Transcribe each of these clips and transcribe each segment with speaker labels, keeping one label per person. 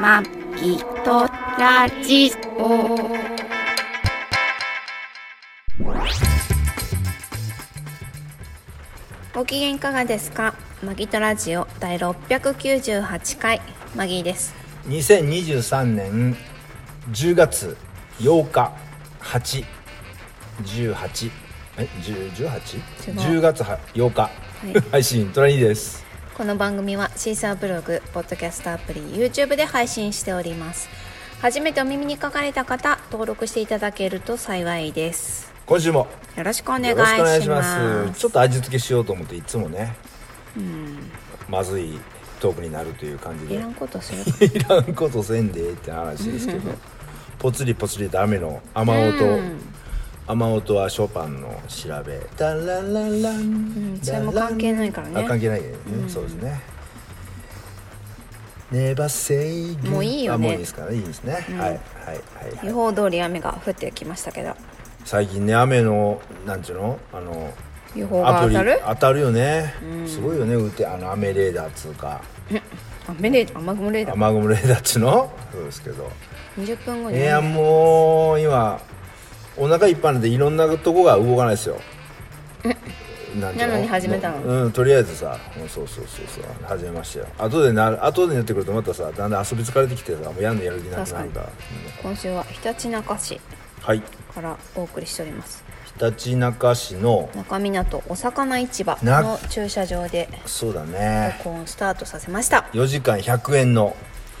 Speaker 1: まきとラジオ。ご機嫌いかがですか。マギトラジオ第六百九十八回マギーです。
Speaker 2: 2023年10月8日8 18え10 18
Speaker 1: 違う
Speaker 2: 10月は8日、
Speaker 1: い
Speaker 2: 配信トラニーです
Speaker 1: この番組はシーサーブログ、ポッドキャストアプリ、YouTube で配信しております。初めてお耳に書かれた方、登録していただけると幸いです。
Speaker 2: 今週も
Speaker 1: よろしくお願い
Speaker 2: よろしくお願い
Speaker 1: し
Speaker 2: し
Speaker 1: ます。
Speaker 2: ますちょっと味付けしようと思っていつもね、まずいトークになるという感じ
Speaker 1: い
Speaker 2: で
Speaker 1: らんことするか。
Speaker 2: いらんことせんでええって話ですけどぽつりぽつりと雨の雨音、
Speaker 1: うん
Speaker 2: 雨音はショパンの調べダラララン、
Speaker 1: んそれも関係ないからね
Speaker 2: ダランあ関係ないよね、そうですねネバセイ
Speaker 1: もういいよね
Speaker 2: もういいですからねいいですね、はいはいはい、
Speaker 1: 予
Speaker 2: はい、
Speaker 1: 報通り雨が降ってきましたけど、
Speaker 2: 最近ね雨のなんちゅうのあの
Speaker 1: 予報が当たる
Speaker 2: アプリ当たるよね、すごいよねうてあの雨レーダーっつうか
Speaker 1: 雨レーダー雨雲レーダー
Speaker 2: 雨雲レーダーっつうのそうですけど
Speaker 1: 20分後に、
Speaker 2: いやもう今お腹いっぱいなんでいろんなとこが動かないですよなてい
Speaker 1: な
Speaker 2: う
Speaker 1: のに始めたの
Speaker 2: うんとりあえずさうんそうそうそうそう始めましたよ後でな後でなってくるとまたさだんだん遊び疲れてきてさもうやんのやる気なくなるから、
Speaker 1: 今週はひたちなか市
Speaker 2: うんはい
Speaker 1: からお送りしております
Speaker 2: ひたちなか市の
Speaker 1: 中港お魚市場
Speaker 2: な
Speaker 1: の駐車場で
Speaker 2: そうだね
Speaker 1: 録音スタートさせました
Speaker 2: 4時間100円の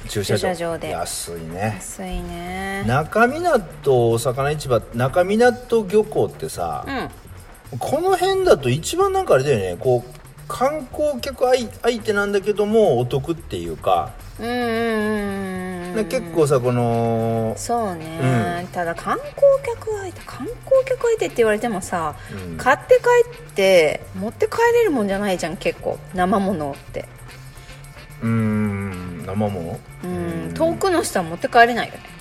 Speaker 2: 駐車場
Speaker 1: 駐車場で
Speaker 2: 安いね
Speaker 1: 安いね
Speaker 2: 中港お魚市場中港漁港ってさ、
Speaker 1: うん
Speaker 2: この辺だと一番なんかあれだよねこう観光客相相手なんだけどもお得っていうか、
Speaker 1: うんうんうんう
Speaker 2: で
Speaker 1: ん
Speaker 2: 結構さこの
Speaker 1: そうね、
Speaker 2: うん
Speaker 1: ただ観光客相手観光客相手って言われてもさ、
Speaker 2: うん
Speaker 1: 買って帰って持って帰れるもんじゃないじゃん結構生ものって
Speaker 2: うーん生もの
Speaker 1: うん遠くの人は持って帰れないよね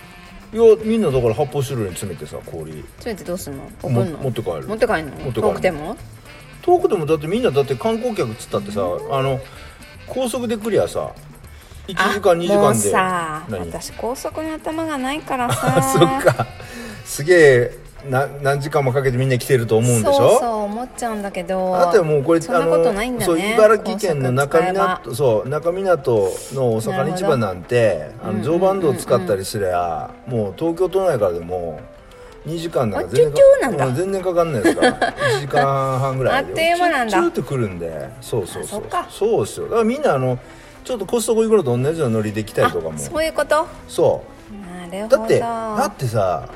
Speaker 2: いやみんなだから発泡スチロールに詰めてさ氷
Speaker 1: それってどうすんの送んの
Speaker 2: も持って帰る
Speaker 1: 持って帰るの
Speaker 2: 持って帰る
Speaker 1: 遠くても
Speaker 2: 遠くでもだってみんなだって観光客っつったってさあの高速でクリアさ1時
Speaker 1: あ
Speaker 2: 間2時間で
Speaker 1: もうさ
Speaker 2: 何
Speaker 1: 私高速の頭がないから
Speaker 2: あ
Speaker 1: さ
Speaker 2: そっかすげえな何時間もかけてみんな来てると思うんでしょ
Speaker 1: そうそう思っちゃうんだけど
Speaker 2: あとはもうこれ
Speaker 1: そんなことないんだね
Speaker 2: あのそう茨城県の中
Speaker 1: 高速使えば
Speaker 2: 港そう中港のお魚市場なんてあの常磐道を使ったりすりゃ、もう東京都内からでも2時間なんか全然
Speaker 1: あっちゅうち
Speaker 2: か
Speaker 1: ゅうなんだ
Speaker 2: うん全然かかんないですか ら1時間半ぐらいで
Speaker 1: あっという間なんだ
Speaker 2: ちゅうちゅうってくるんでそうそうそう
Speaker 1: あそっか
Speaker 2: そうですよだからみんなあのちょっとコストコ行く頃と同じようなノリで来たりとかも
Speaker 1: あそういうこと
Speaker 2: そう
Speaker 1: なるほど
Speaker 2: だってだってさ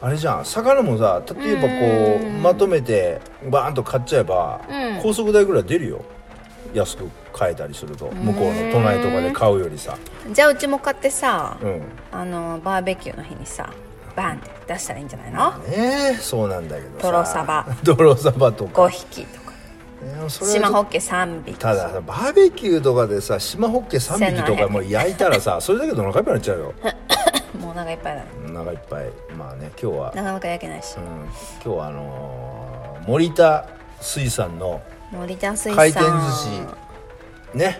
Speaker 2: あれじゃん魚もさ例えばこう
Speaker 1: うん
Speaker 2: まとめてバーンと買っちゃえば、
Speaker 1: うん
Speaker 2: 高速代ぐらい出るよ安く買えたりすると向こうの都内とかで買うよりさ
Speaker 1: じゃあうちも買ってさ、
Speaker 2: うん
Speaker 1: あのバーベキューの日にさバンって出したらいいんじゃないの
Speaker 2: ねえそうなんだけどさ
Speaker 1: トロサ バ
Speaker 2: トロサバとか
Speaker 1: 5匹とか
Speaker 2: ねそれはちょっ
Speaker 1: 島
Speaker 2: と
Speaker 1: ホッケ3匹
Speaker 2: たださバーベキューとかでさ島ホッケ3匹とかもう焼いたら さそれだけどお腹いっぱいになっちゃうよ
Speaker 1: もうお腹いっぱいだね
Speaker 2: お腹いっぱいまあね今日は
Speaker 1: なかなか焼けないし
Speaker 2: うん今日はあのー森田水産の
Speaker 1: 森田水産
Speaker 2: 回転寿司ね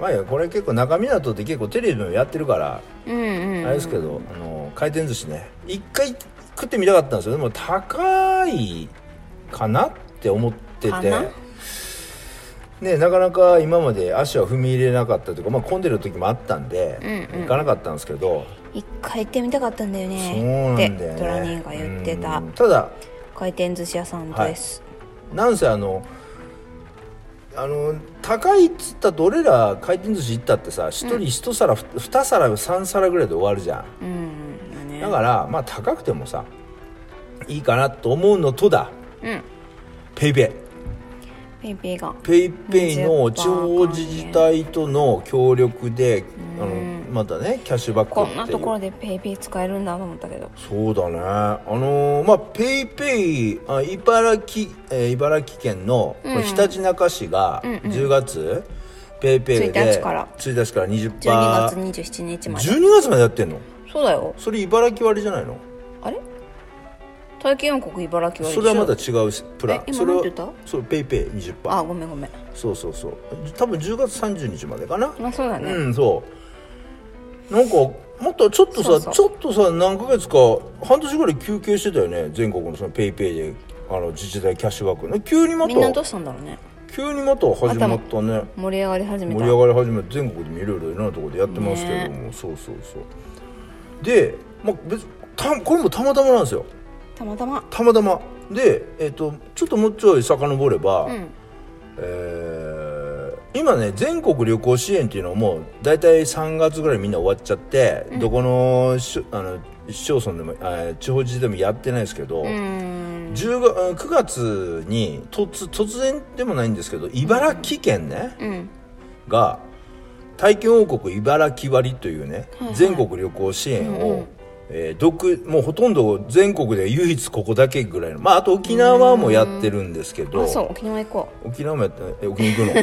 Speaker 2: まあいいやこれ結構中港って結構テレビもやってるから、
Speaker 1: うんうん、うん、
Speaker 2: あれですけどあの回転寿司ね一回食ってみたかったんですよでも高いかなって思って
Speaker 1: か
Speaker 2: て
Speaker 1: な
Speaker 2: ねなかなか今まで足は踏み入れなかったというか、まあ、混んでる時もあったんで、
Speaker 1: うんうん
Speaker 2: 行かなかったんですけど
Speaker 1: 一回行ってみたかったんだよ
Speaker 2: そう
Speaker 1: ね
Speaker 2: なんだよ
Speaker 1: っ
Speaker 2: ね
Speaker 1: てドラニーが言ってた
Speaker 2: うんただ
Speaker 1: 回転寿司屋さんです、
Speaker 2: なんせあのあの高いっつったと俺ら回転寿司行ったってさ一人一皿ふ二皿三皿ぐらいで終わるじゃん
Speaker 1: うんうんね
Speaker 2: だからまあ高くてもさいいかなと思うのとだ
Speaker 1: うん
Speaker 2: ペイペ
Speaker 1: ペイペイが
Speaker 2: イペイペイの地方自治体との協力であのまたねキャッシュバック
Speaker 1: こ
Speaker 2: っていうん
Speaker 1: なところでペイペイ使えるんだと思ったけど
Speaker 2: そうだねあのーまあペイペイあ茨城、えー茨城県のこれひたちなか市が10月、ペイペイで
Speaker 1: 1日から
Speaker 2: 1日から20
Speaker 1: 12月27日まで
Speaker 2: 12月までやってんの
Speaker 1: そうだよ
Speaker 2: それ茨城割じゃないの
Speaker 1: あれ体験王国茨城は
Speaker 2: それはまた違うしプラン
Speaker 1: え今
Speaker 2: それ
Speaker 1: な
Speaker 2: は
Speaker 1: んて言っ
Speaker 2: そうペイペイ20
Speaker 1: あごめんごめん
Speaker 2: そうそうそう多分10月30日までかな
Speaker 1: まあそうだね、
Speaker 2: うんそうなんかまたちょっとさ
Speaker 1: そうそう
Speaker 2: ちょっとさ何ヶ月か半年ぐらい休憩してたよね全国のそのペイペイであの自治体キャッシュバックね急にま
Speaker 1: みんなど
Speaker 2: た
Speaker 1: うしたんだろうね
Speaker 2: 急にまた始まったね
Speaker 1: 盛り上がり始めた
Speaker 2: 盛り上がり始めて全国でもいろいろいろなところでやってますけれども、そうそうそうで、まあ、別たこれもたまたまなんですよ
Speaker 1: たまたま
Speaker 2: たまたまで、えっとちょっともうちょい遡れば、
Speaker 1: うん
Speaker 2: えー今ね全国旅行支援っていうのも大体3月ぐらいみんな終わっちゃって、どこのしあの市町村でもあー地方自治体でもやってないですけど、
Speaker 1: うーん
Speaker 2: 10があ9月に突突然でもないんですけど茨城県ね、
Speaker 1: うん
Speaker 2: が体験王国茨城割というね、全国旅行支援を、えー独もうほとんど全国で唯一ここだけぐらいのまああと沖縄もやってるんですけど
Speaker 1: あそう沖縄行こ
Speaker 2: 沖縄もやってえ沖縄行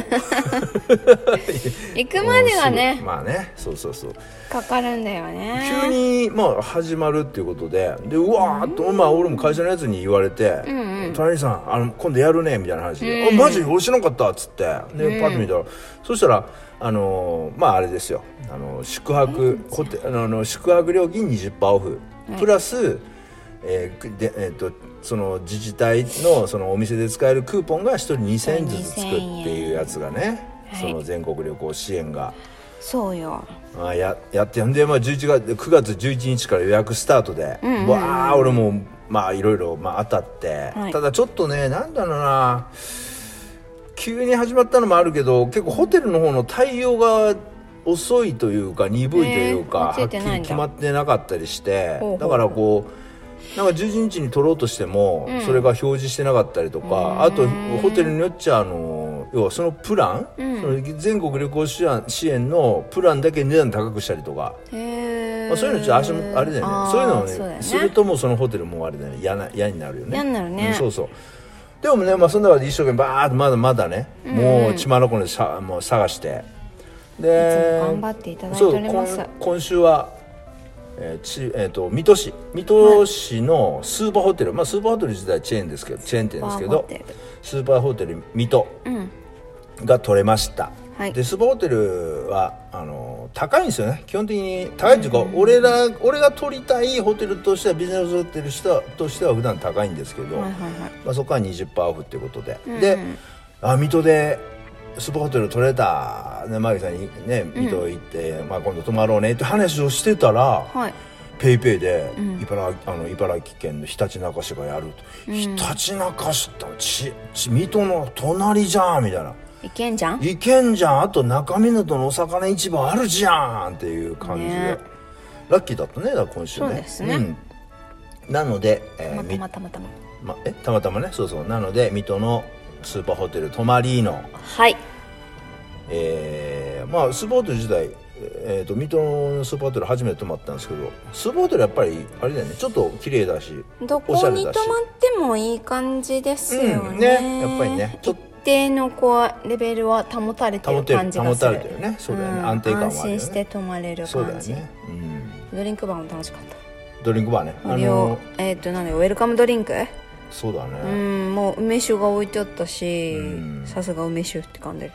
Speaker 2: くの
Speaker 1: う行くまでは
Speaker 2: すぐ
Speaker 1: ね
Speaker 2: まあねそうそうそう
Speaker 1: かかるんだよね
Speaker 2: 急にまあ始まるっていうことででうわーっと、まあ、俺も会社のやつに言われて「隣さんあの今度やるね」みたいな話で「あマジ俺知らなかった」っつってでパッと見たら、そしたらあのーまああれですよあの宿泊ホテあのあの宿泊料金20%オフプラス、えーくでえー、とその自治体のそのお店で使えるクーポンが1人2000円ずつつくっていうやつがね、
Speaker 1: はい
Speaker 2: その全国旅行支援が。
Speaker 1: そうよ
Speaker 2: あーややってんで、まあ、11月9月11日から予約スタートで、わあ俺もまあいろいろまあ当たって、
Speaker 1: はい
Speaker 2: ただちょっとねなんだろうな急に始まったのもあるけど結構ホテルの方の対応が遅いというか鈍いというか、
Speaker 1: えー追
Speaker 2: はっ
Speaker 1: いつ
Speaker 2: き
Speaker 1: いてない
Speaker 2: り
Speaker 1: んだ
Speaker 2: 決まってなかったりして
Speaker 1: ほうほう
Speaker 2: だからこうなんか11日に取ろうとしても、それが表示してなかったりとかあとホテルによっちゃあの要はそのプラン、その全国旅行支援支援のプランだけ値段高くしたりとか、
Speaker 1: へえ
Speaker 2: まあ、そういうのちょっとあしあれだよねそういうのをねする
Speaker 1: と
Speaker 2: ともうそのホテルもあれだよね嫌な嫌になるよね
Speaker 1: 嫌になるね
Speaker 2: うんそうそうでもね、まあ、その中で一生懸命バーッとまだまだね、もう血まのこでさもう探してで
Speaker 1: 頑張っていただいて
Speaker 2: そう
Speaker 1: おります
Speaker 2: 今今週は、えーちえー、と水戸市水戸市のスーパーホテル、まあ、スーパーホテル自体はチェーンですけどチェーン店ですけ
Speaker 1: スーパーホ
Speaker 2: ど
Speaker 1: テル
Speaker 2: スーパーホテル水戸が取れました、
Speaker 1: はい
Speaker 2: でスーパーホテルはあの高いんですよね基本的に高いっていうか、俺ら俺が取りたいホテルとしてはビジネスホテルしたとしては普段高いんですけど、
Speaker 1: はいはいはい
Speaker 2: まあ、そこは20%オフっていうことで、であ水戸でスーパーホテル取れた、ね、マギさんにね水戸行って、まあ、今度泊まろうねって話をしてたら、
Speaker 1: はい
Speaker 2: ペイペイで茨,、あの茨城県のひたちなか市がやると、ひたちなか市ってちち水戸の隣じゃんみたいな
Speaker 1: 行けんじゃん
Speaker 2: 行けんじゃんあと中港のお魚市場あるじゃんっていう感じで、
Speaker 1: ね
Speaker 2: ラッキーだったねだから今週ね
Speaker 1: そうですね
Speaker 2: んなので、えー
Speaker 1: ま
Speaker 2: み
Speaker 1: たまたまたま
Speaker 2: まえたまたまねそうそうなので水戸のスーパーホテル泊まりの
Speaker 1: はい
Speaker 2: えーまあスーパーホテル自体えー、と水戸のスーパーホテル初めて泊まったんですけどスーパーホテルやっぱりあれだよねちょっと綺麗だし
Speaker 1: ど
Speaker 2: おし
Speaker 1: こ
Speaker 2: ゃれ
Speaker 1: に泊
Speaker 2: だ
Speaker 1: まっ
Speaker 2: して
Speaker 1: もいい感じですよ
Speaker 2: うん
Speaker 1: ね,、
Speaker 2: ねやっぱりねちょ
Speaker 1: 一
Speaker 2: っと
Speaker 1: 定のこうレベルは保たれて
Speaker 2: 保
Speaker 1: る
Speaker 2: てる
Speaker 1: 感じが
Speaker 2: 保
Speaker 1: する
Speaker 2: たれてるねそうだよね、
Speaker 1: ん
Speaker 2: 安定感はあるよ
Speaker 1: 安
Speaker 2: ね
Speaker 1: 心して泊まれる
Speaker 2: そうだ
Speaker 1: 感
Speaker 2: よ
Speaker 1: じ、
Speaker 2: ね、うん、
Speaker 1: ドリンクバーも楽しかった
Speaker 2: ドリンクバーね
Speaker 1: 無料えっ、となんだよウェルカムドリンク
Speaker 2: そうだ
Speaker 1: う
Speaker 2: ね、
Speaker 1: んもう梅酒が置いてあったし
Speaker 2: うん
Speaker 1: さすが梅酒って感じ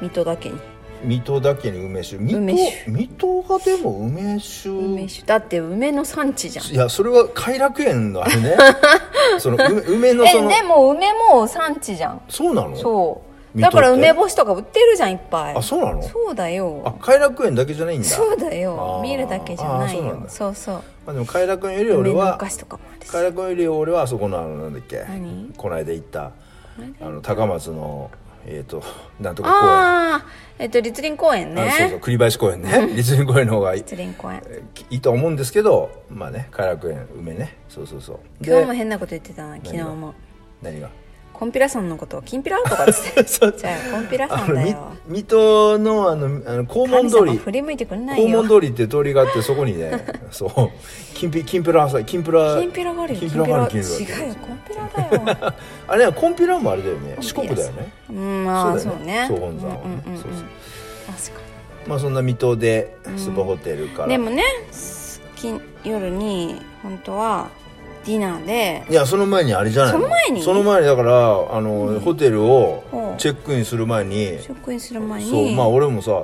Speaker 1: 水戸だけに
Speaker 2: 水戸だけに梅酒水戸
Speaker 1: 梅酒
Speaker 2: 水戸がでも梅酒
Speaker 1: 梅酒だって梅の産地じゃん
Speaker 2: いやそれは偕楽園のあれ ねその梅梅の
Speaker 1: え
Speaker 2: その
Speaker 1: でも梅も産地じゃん
Speaker 2: そうなの
Speaker 1: そう
Speaker 2: 水戸
Speaker 1: だ
Speaker 2: って
Speaker 1: から梅干しとか売ってるじゃんいっぱい
Speaker 2: あそうなの
Speaker 1: そうだよ
Speaker 2: あ偕楽園だけじゃないんだ
Speaker 1: そうだ
Speaker 2: あ
Speaker 1: よ
Speaker 2: ー
Speaker 1: 見るだけじゃない
Speaker 2: あーそうなん
Speaker 1: よ
Speaker 2: だ
Speaker 1: そうそう
Speaker 2: まあ、でも偕楽園より俺
Speaker 1: 梅のお
Speaker 2: は
Speaker 1: 菓子とかもあるし
Speaker 2: 偕楽園より俺はあそこのあのなんだっけ
Speaker 1: 何
Speaker 2: この間行ったあの高松のえっ、となんとか公園
Speaker 1: ああえっと栗林公園
Speaker 2: あそうそう
Speaker 1: ね
Speaker 2: 栗林公園ね立林公園の方がいい
Speaker 1: 栗林公園
Speaker 2: いいと思うんですけどまあね偕楽園梅ねそうそうそう
Speaker 1: 今日も変なこと言ってたな昨日も
Speaker 2: 何が
Speaker 1: コンピラさんのことをきんぴらとかっつって
Speaker 2: そう
Speaker 1: じゃあコンピラさ
Speaker 2: あ
Speaker 1: ん
Speaker 2: の
Speaker 1: だ
Speaker 2: み
Speaker 1: よ
Speaker 2: 水戸のあのあの肛門
Speaker 1: 神
Speaker 2: 通
Speaker 1: 様
Speaker 2: り
Speaker 1: 振り向いてくんない
Speaker 2: 肛
Speaker 1: よ
Speaker 2: 門通りっていう通りがあってそこ にねそうきんぴきんぴらさきんぴら
Speaker 1: きんぴらがあるよき
Speaker 2: きん
Speaker 1: ん
Speaker 2: ぴ
Speaker 1: ぴ
Speaker 2: ら
Speaker 1: ら
Speaker 2: があるきんぴらがあ
Speaker 1: 違うよコンピラだよ
Speaker 2: あれはコンピラもあれだよね四
Speaker 1: コン
Speaker 2: 国
Speaker 1: ピラ
Speaker 2: だ
Speaker 1: さん
Speaker 2: よね
Speaker 1: うんまあそうね
Speaker 2: そう本山はね
Speaker 1: うんうんうん
Speaker 2: そうそう
Speaker 1: 確か
Speaker 2: まあそんな水戸でスーパーホテルから、
Speaker 1: にでもねすき夜に本当はディナーで
Speaker 2: いやその前にあれじゃないの
Speaker 1: その前に
Speaker 2: その前にだからあの、ホテルを
Speaker 1: ほう
Speaker 2: チェックインする前に
Speaker 1: 職員する前に
Speaker 2: そうまあ俺もさ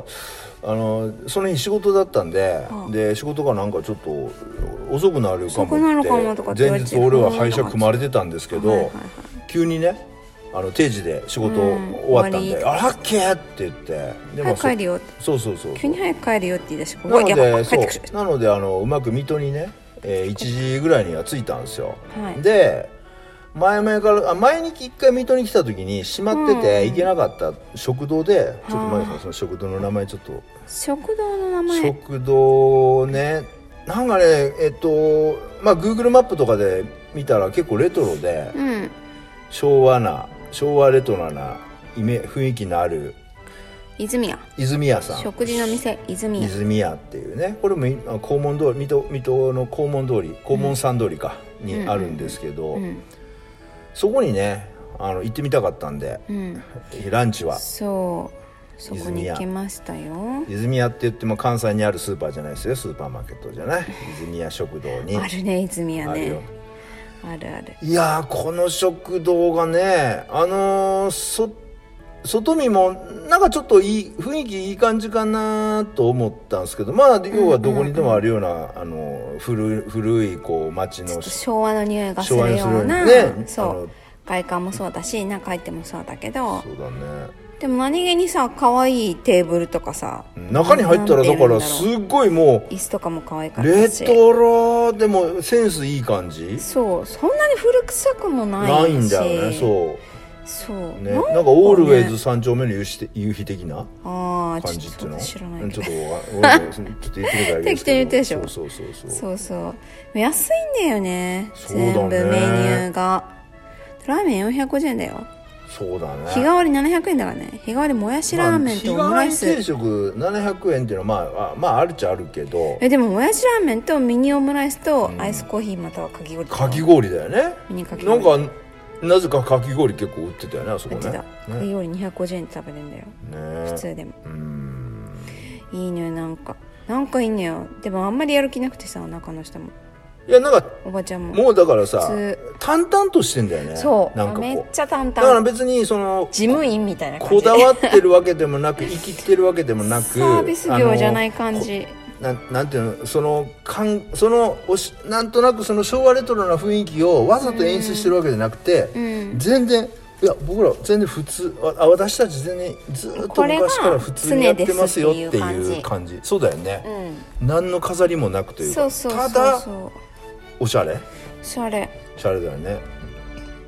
Speaker 2: あのその日仕事だったんで、で仕事がなんかちょっと遅くなるか
Speaker 1: 遅くなるか
Speaker 2: も
Speaker 1: も
Speaker 2: っ
Speaker 1: と
Speaker 2: て
Speaker 1: かって言わ
Speaker 2: 前
Speaker 1: れて
Speaker 2: 日俺は会社組まれてたんですけど、
Speaker 1: はいはいはい
Speaker 2: 急にねあの定時で仕事
Speaker 1: うん
Speaker 2: 終わったんで「
Speaker 1: 終
Speaker 2: あラッキー!」って言ってで
Speaker 1: 早く
Speaker 2: そ
Speaker 1: 帰るよって
Speaker 2: そうそうそう
Speaker 1: 急に早く帰るよって言い出して
Speaker 2: なの
Speaker 1: うわやっ
Speaker 2: で
Speaker 1: ぱ帰
Speaker 2: そ
Speaker 1: ってくる
Speaker 2: うなのであのうまく水戸にね、えー1時ぐらいには着いたんですよ、
Speaker 1: はい
Speaker 2: で前々からあ前に一回水戸に来た時に閉まってて行けなかった食堂で、ちょっとマリさんその食堂の名前ちょっと
Speaker 1: 食堂の名前
Speaker 2: 食堂ねなんかねえっとまあ Google マップとかで見たら結構レトロで、
Speaker 1: うん
Speaker 2: 昭和な昭和レトロなイメ雰囲気のある
Speaker 1: 泉屋
Speaker 2: 泉屋さん
Speaker 1: 食事の店泉屋
Speaker 2: 泉屋っていうねこれもいあ肛門通り水戸水戸の肛門通り肛門山通りか、にあるんですけど、
Speaker 1: うん
Speaker 2: そこにねあの行ってみたかったんで、
Speaker 1: うん
Speaker 2: ランチは
Speaker 1: そうそこに行きましたよ
Speaker 2: 泉屋って言っても関西にあるスーパーじゃないですよスーパーマーケットじゃない泉屋食堂に
Speaker 1: あるね泉屋
Speaker 2: ある
Speaker 1: ね
Speaker 2: よ
Speaker 1: あるある
Speaker 2: いやーこの食堂がねあのーそ外見もなんかちょっといい雰囲気いい感じかなと思ったんですけどまあ要はどこにでもあるような、あの古い古いこう町の
Speaker 1: 昭和の匂いがす
Speaker 2: 昭和
Speaker 1: る
Speaker 2: にす
Speaker 1: よ
Speaker 2: るよ
Speaker 1: う
Speaker 2: う
Speaker 1: な
Speaker 2: なねあ
Speaker 1: そ
Speaker 2: の
Speaker 1: う外観もそうだし中入ってもそうだけど
Speaker 2: そうだね
Speaker 1: でも何気にさ可愛いテーブルとかさ
Speaker 2: 中に入った
Speaker 1: なん
Speaker 2: ら
Speaker 1: て
Speaker 2: だ
Speaker 1: 言
Speaker 2: か
Speaker 1: うんろ
Speaker 2: ら
Speaker 1: う
Speaker 2: すっごいも
Speaker 1: 椅子とかも可愛か
Speaker 2: う
Speaker 1: った
Speaker 2: レ
Speaker 1: し
Speaker 2: トロでもセンスいい感じ
Speaker 1: そうそんなに古臭くもないし
Speaker 2: ないんだよねそう
Speaker 1: そう
Speaker 2: ね、
Speaker 1: な
Speaker 2: なん
Speaker 1: ん
Speaker 2: かオールウェイズ三丁目の夕日夕日的な
Speaker 1: ああ
Speaker 2: 感
Speaker 1: ち
Speaker 2: じ
Speaker 1: ょ
Speaker 2: っ
Speaker 1: って
Speaker 2: いう
Speaker 1: と
Speaker 2: の
Speaker 1: 知らないけ
Speaker 2: ちょ
Speaker 1: ど
Speaker 2: っとわかちょっと言ってみたい
Speaker 1: 適当に言ってでしょ
Speaker 2: そうそうそうそう
Speaker 1: そうそう安いんだよね
Speaker 2: そうだね
Speaker 1: 全部メニューがラーメン450円だよ
Speaker 2: そうだね
Speaker 1: 日替わり700円だからね日替わりもやしラーメンとオ
Speaker 2: まあ
Speaker 1: ムライ
Speaker 2: 日替わ
Speaker 1: ス
Speaker 2: り定食700円っていうのはまああまああるっちゃあるけど
Speaker 1: えでももやしラーメンとミニオムライスとアイスコーヒーまたはかき氷
Speaker 2: かき
Speaker 1: 氷
Speaker 2: 氷だよね
Speaker 1: ミニかき
Speaker 2: な
Speaker 1: 氷
Speaker 2: んかなぜかかき氷結構売ってたよねあそこ
Speaker 1: 売って
Speaker 2: ね
Speaker 1: たかき
Speaker 2: ね
Speaker 1: 氷250円で食べれるんだよ普
Speaker 2: ね
Speaker 1: 通でも
Speaker 2: うーん
Speaker 1: いいのよなんかなんかいいのよでもあんまりやる気なくてさ中の人も
Speaker 2: いやなんか
Speaker 1: おばちゃんも
Speaker 2: もうだからさ
Speaker 1: 普通
Speaker 2: 淡々としてんだよね
Speaker 1: そう
Speaker 2: なんか
Speaker 1: めっ
Speaker 2: こう
Speaker 1: ちゃ淡
Speaker 2: だから
Speaker 1: 々
Speaker 2: 別にその
Speaker 1: 事務員みたいな感じ
Speaker 2: こだわってるわけでもなく生きてるわけでもなく
Speaker 1: サービス業じゃない感じ
Speaker 2: あのこなんなんていうのそのかんそのおしなんとなくその昭和レトロな雰囲気をわざと演出してるわけじゃなくて、
Speaker 1: うん
Speaker 2: 全然いや僕ら全然普通ああ私たち全然ずーっと
Speaker 1: これが
Speaker 2: 昔から普通にやってますよっ
Speaker 1: 常ですっ
Speaker 2: て
Speaker 1: ていう
Speaker 2: いう感じそうだよね
Speaker 1: う、ん
Speaker 2: 何の飾りもなくという
Speaker 1: そ
Speaker 2: か
Speaker 1: うそうそう
Speaker 2: ただ
Speaker 1: そう
Speaker 2: おしゃれ
Speaker 1: それ
Speaker 2: シャレだよね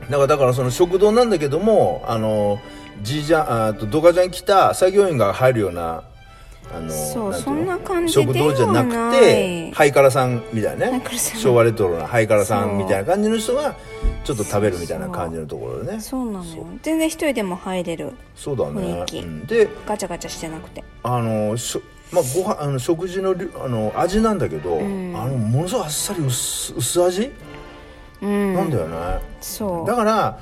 Speaker 2: だからだからその食堂なんだけどもあのじいちゃんああとドカちゃん来た作業員が入るようなあの
Speaker 1: そう
Speaker 2: ていの
Speaker 1: そんな感じでは
Speaker 2: 食
Speaker 1: ない
Speaker 2: 堂じゃなくてハイカラさんみたいな
Speaker 1: ハイ
Speaker 2: ね
Speaker 1: カラさん
Speaker 2: 昭和レトロなハイカラさ
Speaker 1: そうん
Speaker 2: みたいな感じの人がちょっと食べるみたいな感じのところでね
Speaker 1: そうなのよ全然一人でも入れる
Speaker 2: そうだ
Speaker 1: 雰
Speaker 2: ね
Speaker 1: 囲気
Speaker 2: うんで
Speaker 1: ガチャガチャしてなくて
Speaker 2: あのしょまあ、ご飯あの食事のりゅあの味なんだけど、
Speaker 1: ん
Speaker 2: あのものすごいあっさり薄薄味、
Speaker 1: うん
Speaker 2: なんだよね
Speaker 1: そ
Speaker 2: だから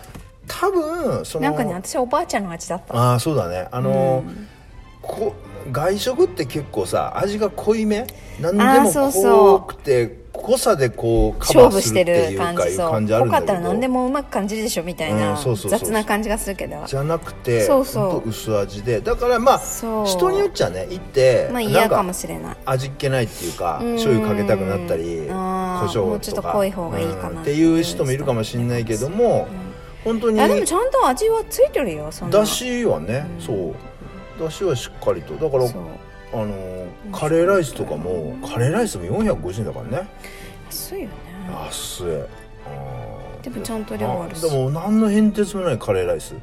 Speaker 2: 多分そうの
Speaker 1: なんかね私おばあちゃんの味だった
Speaker 2: ああそうだねあのーこ外食って結構さ味が濃いめ何で
Speaker 1: あー
Speaker 2: も
Speaker 1: そうそう
Speaker 2: 濃くて濃さでこうカバ
Speaker 1: 勝
Speaker 2: ー
Speaker 1: 負
Speaker 2: す
Speaker 1: し
Speaker 2: るっててい
Speaker 1: る
Speaker 2: う
Speaker 1: 感
Speaker 2: か
Speaker 1: じ
Speaker 2: いう
Speaker 1: そう
Speaker 2: 感じある
Speaker 1: 濃
Speaker 2: ん
Speaker 1: かっ
Speaker 2: だけ
Speaker 1: たら何で
Speaker 2: ど
Speaker 1: もうまく感じるでしょみたいな
Speaker 2: うんそうそうそうそう
Speaker 1: 雑な感じがするけど
Speaker 2: じゃなくて
Speaker 1: そうそう
Speaker 2: ほんと薄味でだからまあ
Speaker 1: そう
Speaker 2: 人によっちゃね行って
Speaker 1: まあ
Speaker 2: な
Speaker 1: 嫌
Speaker 2: ん
Speaker 1: か
Speaker 2: か
Speaker 1: もしれない
Speaker 2: 味っ気ないっていうか
Speaker 1: うん
Speaker 2: 醤油かけたくなったり胡
Speaker 1: あーもう
Speaker 2: 椒
Speaker 1: ちょっと
Speaker 2: とか
Speaker 1: 濃い方がいいかな
Speaker 2: うんっていう人もいるかもしれないけども本当
Speaker 1: い
Speaker 2: に
Speaker 1: やでもちゃんと味はついてるよそんな
Speaker 2: だしはねそうだしはしっかりとだから
Speaker 1: そう
Speaker 2: あのーカレーライスとかもカレーライスも450円だからね
Speaker 1: 安いよね
Speaker 2: 安いうん
Speaker 1: でもちゃんと量あるし
Speaker 2: でも何の変哲もないカレーライス、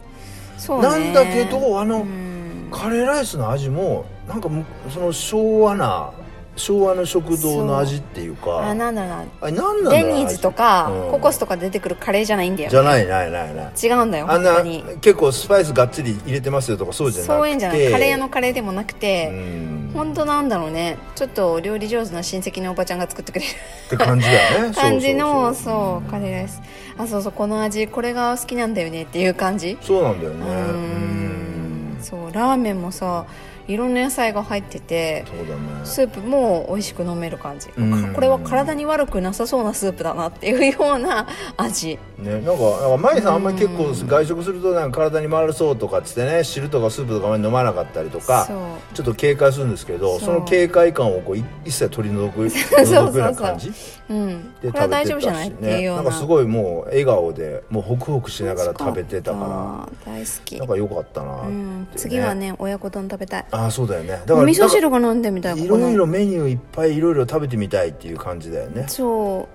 Speaker 1: そうね
Speaker 2: なんだけどあの、
Speaker 1: うん
Speaker 2: カレーライスの味もなんかむその昭和な昭和の食堂の味っていうか
Speaker 1: あなんだろうな
Speaker 2: あれ何なんだろう
Speaker 1: デニーズとか、
Speaker 2: うん
Speaker 1: ココスとか出てくるカレーじゃないんだ
Speaker 2: じ
Speaker 1: よ
Speaker 2: ゃないないないない
Speaker 1: 違うんだよ
Speaker 2: あ
Speaker 1: 本
Speaker 2: んな
Speaker 1: 当に
Speaker 2: 結構スパイスがっつり入れてますよとかそうじゃなくて
Speaker 1: そういうんじゃないカレー屋のカレーでもなく
Speaker 2: う
Speaker 1: て、
Speaker 2: ん
Speaker 1: 本当なんだろうねちょっとお料理上手な親戚のおばちゃんが作ってくれる
Speaker 2: って感じだよね
Speaker 1: 感じの
Speaker 2: そうそうそう
Speaker 1: そうカレーライスあそうそうこの味これが好きなんだよねっていう感じ
Speaker 2: そうなんだよね
Speaker 1: うーんそうラーメンもさいろんな野菜が入ってて
Speaker 2: そうだね
Speaker 1: スープも美味しく飲める感じ、
Speaker 2: うん
Speaker 1: これは体に悪くなさそうなスープだなっていうような味
Speaker 2: ね、なんかなんか舞さんあんまり結構外食するとなんか体に悪そうとかっつってね汁とかスープとかあんまり飲まなかったりと
Speaker 1: そう
Speaker 2: かちょっと警戒するんですけ
Speaker 1: そ
Speaker 2: ど
Speaker 1: う
Speaker 2: その警戒感をこうい一切取り除 く
Speaker 1: そうそう
Speaker 2: 除くような感じ
Speaker 1: うん、これ
Speaker 2: で食べて
Speaker 1: は大丈夫じゃ
Speaker 2: た
Speaker 1: ないっ
Speaker 2: して
Speaker 1: いう
Speaker 2: ね
Speaker 1: よう
Speaker 2: な
Speaker 1: なん
Speaker 2: かすごいもう笑顔でもうホクホクしながら食べてたか
Speaker 1: あー大好き
Speaker 2: らなんか良かったなって
Speaker 1: う
Speaker 2: ね
Speaker 1: ん、次はね親子丼食べたい
Speaker 2: ああそうだよねだか
Speaker 1: お
Speaker 2: ら
Speaker 1: 味噌汁が飲んでみた
Speaker 2: ないん
Speaker 1: こ
Speaker 2: かい
Speaker 1: こ
Speaker 2: ろい
Speaker 1: の
Speaker 2: ろメニューいっぱいいろいろ食べてみたいっていう感じだよね
Speaker 1: そ